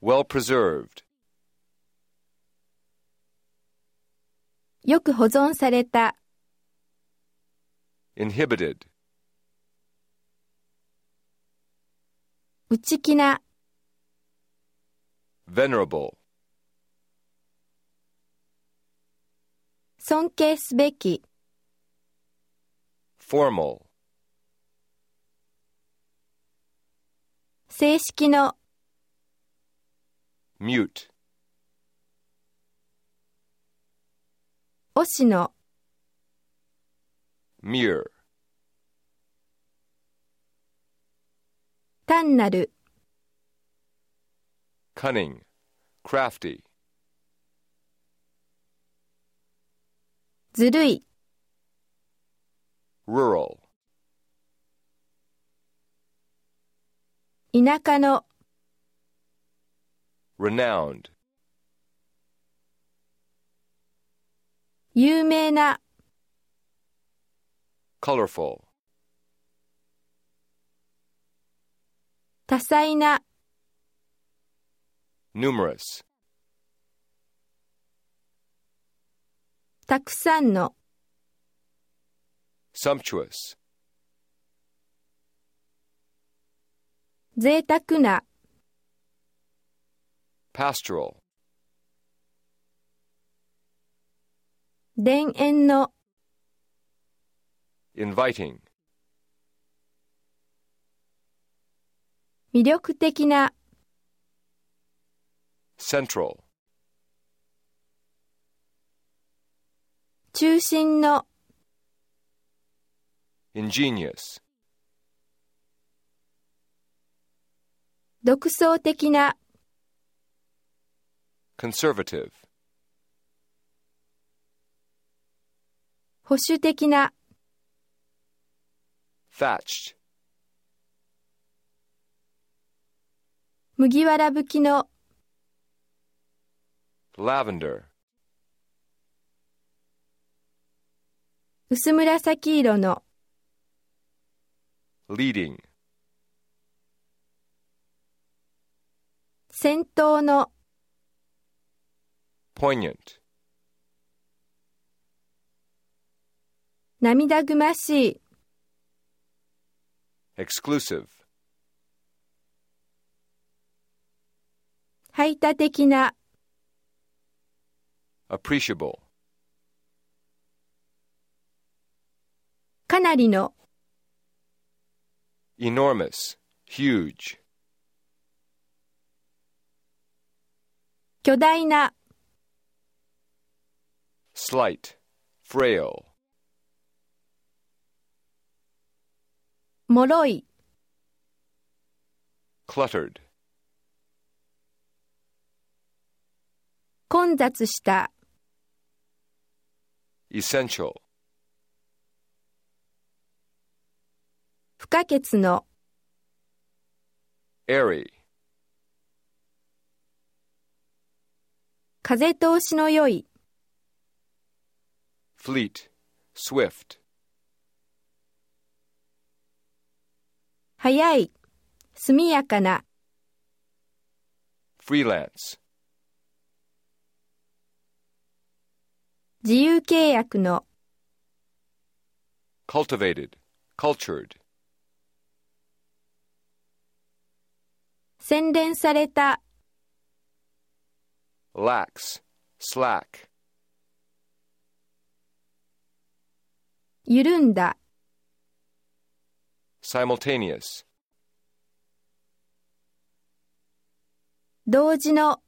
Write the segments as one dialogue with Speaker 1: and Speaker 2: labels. Speaker 1: well preserved,
Speaker 2: よく保存された、
Speaker 1: inhibited,
Speaker 2: 内気な、
Speaker 1: venerable,
Speaker 2: 尊敬すべき、
Speaker 1: formal,
Speaker 2: 正式の、
Speaker 1: mute,
Speaker 2: 推しの、
Speaker 1: mere,
Speaker 2: 単なる、
Speaker 1: cunning, crafty,
Speaker 2: ずるい、
Speaker 1: rural,
Speaker 2: 田舎の、
Speaker 1: renowned,
Speaker 2: 有名な、
Speaker 1: colorful,
Speaker 2: 多彩な、
Speaker 1: numerous,
Speaker 2: たくさんの、
Speaker 1: sumptuous,
Speaker 2: 贅沢な、
Speaker 1: pastoral,
Speaker 2: 田園の、
Speaker 1: inviting,
Speaker 2: 魅力的な、
Speaker 1: central,
Speaker 2: 中心の、
Speaker 1: ingenious,
Speaker 2: 独創的な、
Speaker 1: conservative,
Speaker 2: 保守的な、
Speaker 1: thatched,
Speaker 2: 麦わらぶきの、
Speaker 1: lavender,
Speaker 2: 薄紫色の、
Speaker 1: leading,
Speaker 2: 先頭の、
Speaker 1: poignant,
Speaker 2: 涙ぐましい、
Speaker 1: exclusive,
Speaker 2: 排他的な、
Speaker 1: appreciable,
Speaker 2: かなりの、
Speaker 1: enormous, huge,
Speaker 2: 巨大な、
Speaker 1: slight, frail,
Speaker 2: 脆い、
Speaker 1: cluttered,
Speaker 2: 混雑した、
Speaker 1: essential,
Speaker 2: 不可欠の、
Speaker 1: airy,
Speaker 2: 風通しの良い、
Speaker 1: fleet, swift,
Speaker 2: 早い、速やかな、
Speaker 1: freelance,
Speaker 2: 自由契約の、
Speaker 1: cultivated, cultured,
Speaker 2: 洗練された、
Speaker 1: lax, slack,
Speaker 2: 緩んだ、
Speaker 1: simultaneous,
Speaker 2: 同時の、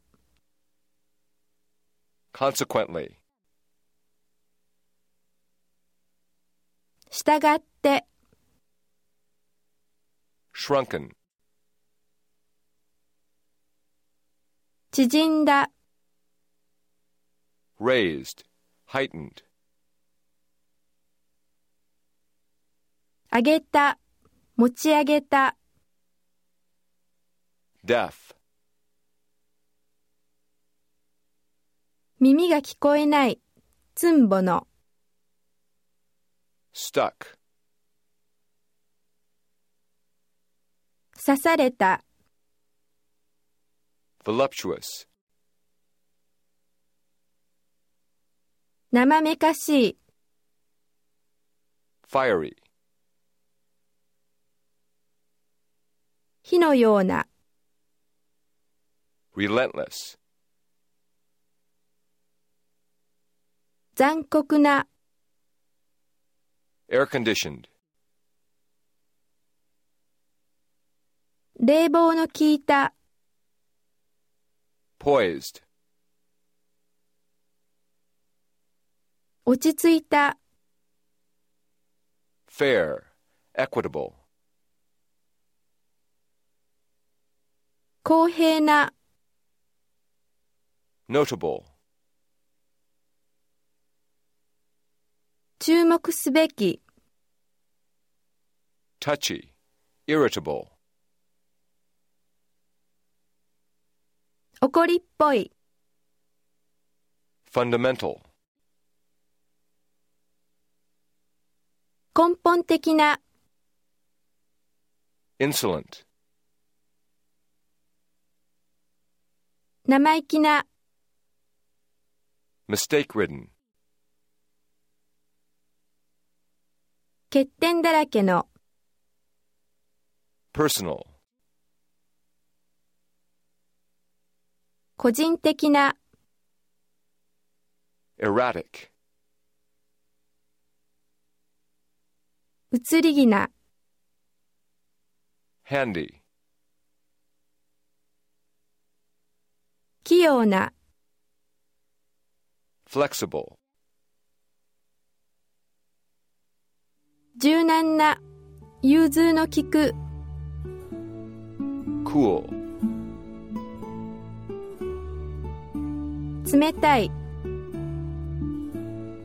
Speaker 1: consequently,
Speaker 2: 従って、
Speaker 1: shrunken,
Speaker 2: 縮んだ、
Speaker 1: raised, heightened,
Speaker 2: 上げた、持ち上げた、
Speaker 1: deaf,
Speaker 2: 耳が聞こえない、つんぼの、
Speaker 1: stuck,
Speaker 2: 刺された、
Speaker 1: voluptuous,
Speaker 2: 生めかしい、
Speaker 1: fiery,
Speaker 2: 火のような、
Speaker 1: relentless,
Speaker 2: 残酷な、
Speaker 1: air conditioned,
Speaker 2: 冷房の効いた、
Speaker 1: poised,
Speaker 2: 落ち着いた、
Speaker 1: fair, equitable,
Speaker 2: 公平な、
Speaker 1: notable,
Speaker 2: 注目すべき、
Speaker 1: touchy, irritable,
Speaker 2: 怒りっぽい、
Speaker 1: fundamental,
Speaker 2: 根本的な、
Speaker 1: insolent,
Speaker 2: 生意気な、
Speaker 1: mistake ridden,
Speaker 2: 欠点だらけの、
Speaker 1: personal,
Speaker 2: 個人的な、
Speaker 1: erratic,
Speaker 2: 移り気な、
Speaker 1: handy,
Speaker 2: 器用な、
Speaker 1: flexible,
Speaker 2: 柔軟な、融通の利く、
Speaker 1: cool,
Speaker 2: 冷たい、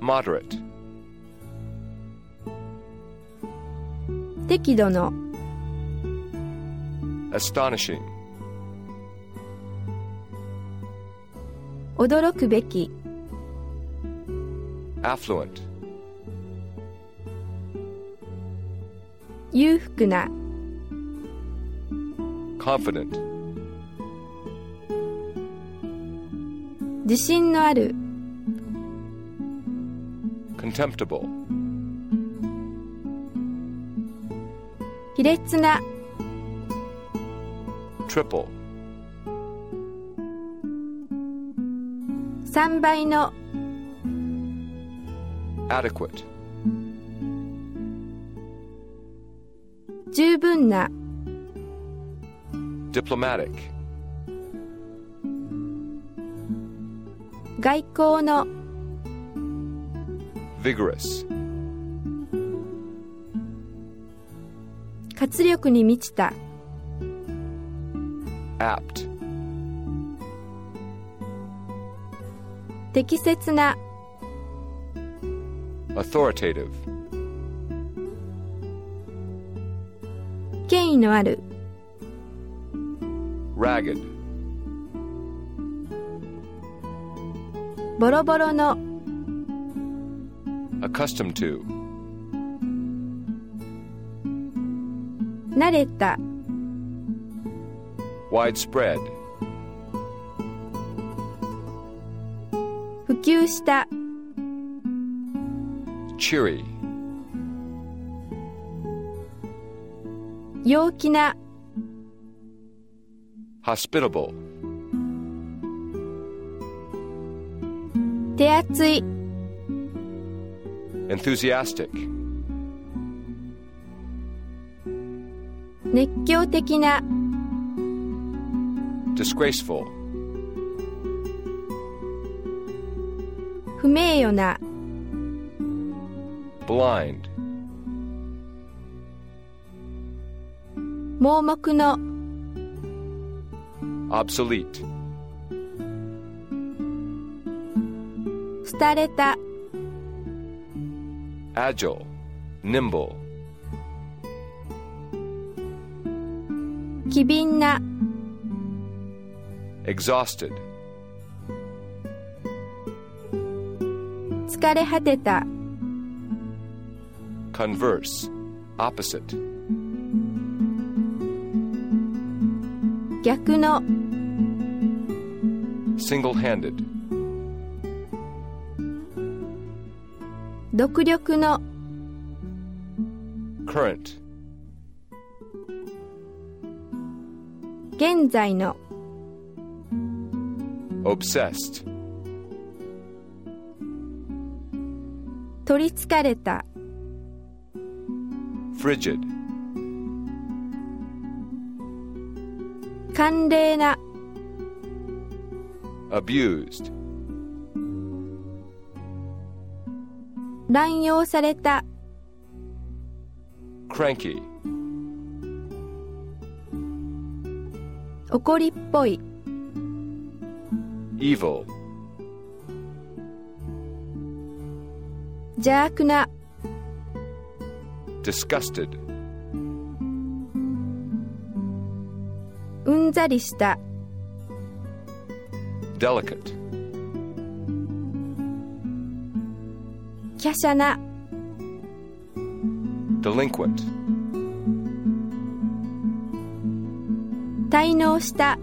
Speaker 1: moderate,
Speaker 2: 適度の、
Speaker 1: astonishing,
Speaker 2: 驚くべき、
Speaker 1: affluent,
Speaker 2: 裕福な、
Speaker 1: confident,
Speaker 2: 自信のある、
Speaker 1: contemptible,
Speaker 2: 卑劣な、
Speaker 1: triple,
Speaker 2: 3倍の、
Speaker 1: adequate,
Speaker 2: 十分な、
Speaker 1: diplomatic,
Speaker 2: 外交の、
Speaker 1: vigorous,
Speaker 2: 活力に満ちた、
Speaker 1: apt,
Speaker 2: 適切な、
Speaker 1: authoritative,
Speaker 2: 権威のある、
Speaker 1: ragged,
Speaker 2: ボロボロの、
Speaker 1: accustomed to,
Speaker 2: 慣れた、
Speaker 1: widespread,
Speaker 2: 普及した、
Speaker 1: cheery,
Speaker 2: 陽気な、
Speaker 1: hospitable,
Speaker 2: 手厚い、
Speaker 1: enthusiastic,
Speaker 2: 熱狂的な、
Speaker 1: disgraceful,
Speaker 2: 不名誉な、
Speaker 1: blind,
Speaker 2: 盲目の、
Speaker 1: obsolete,
Speaker 2: 廃れた、
Speaker 1: agile, nimble,
Speaker 2: 機敏な、
Speaker 1: exhausted,
Speaker 2: 疲れ果てた、
Speaker 1: converse, opposite,
Speaker 2: 逆の、
Speaker 1: single handed,
Speaker 2: 独力の
Speaker 1: current,
Speaker 2: 現在の
Speaker 1: obsessed,
Speaker 2: 取りつかれた
Speaker 1: frigid,
Speaker 2: 寒冷な
Speaker 1: abused,
Speaker 2: 乱用された
Speaker 1: cranky,
Speaker 2: 怒りっぽい
Speaker 1: evil,
Speaker 2: 邪悪な
Speaker 1: disgusted,
Speaker 2: うんざりした
Speaker 1: delicate,
Speaker 2: 華奢な
Speaker 1: delinquent,
Speaker 2: 滞納した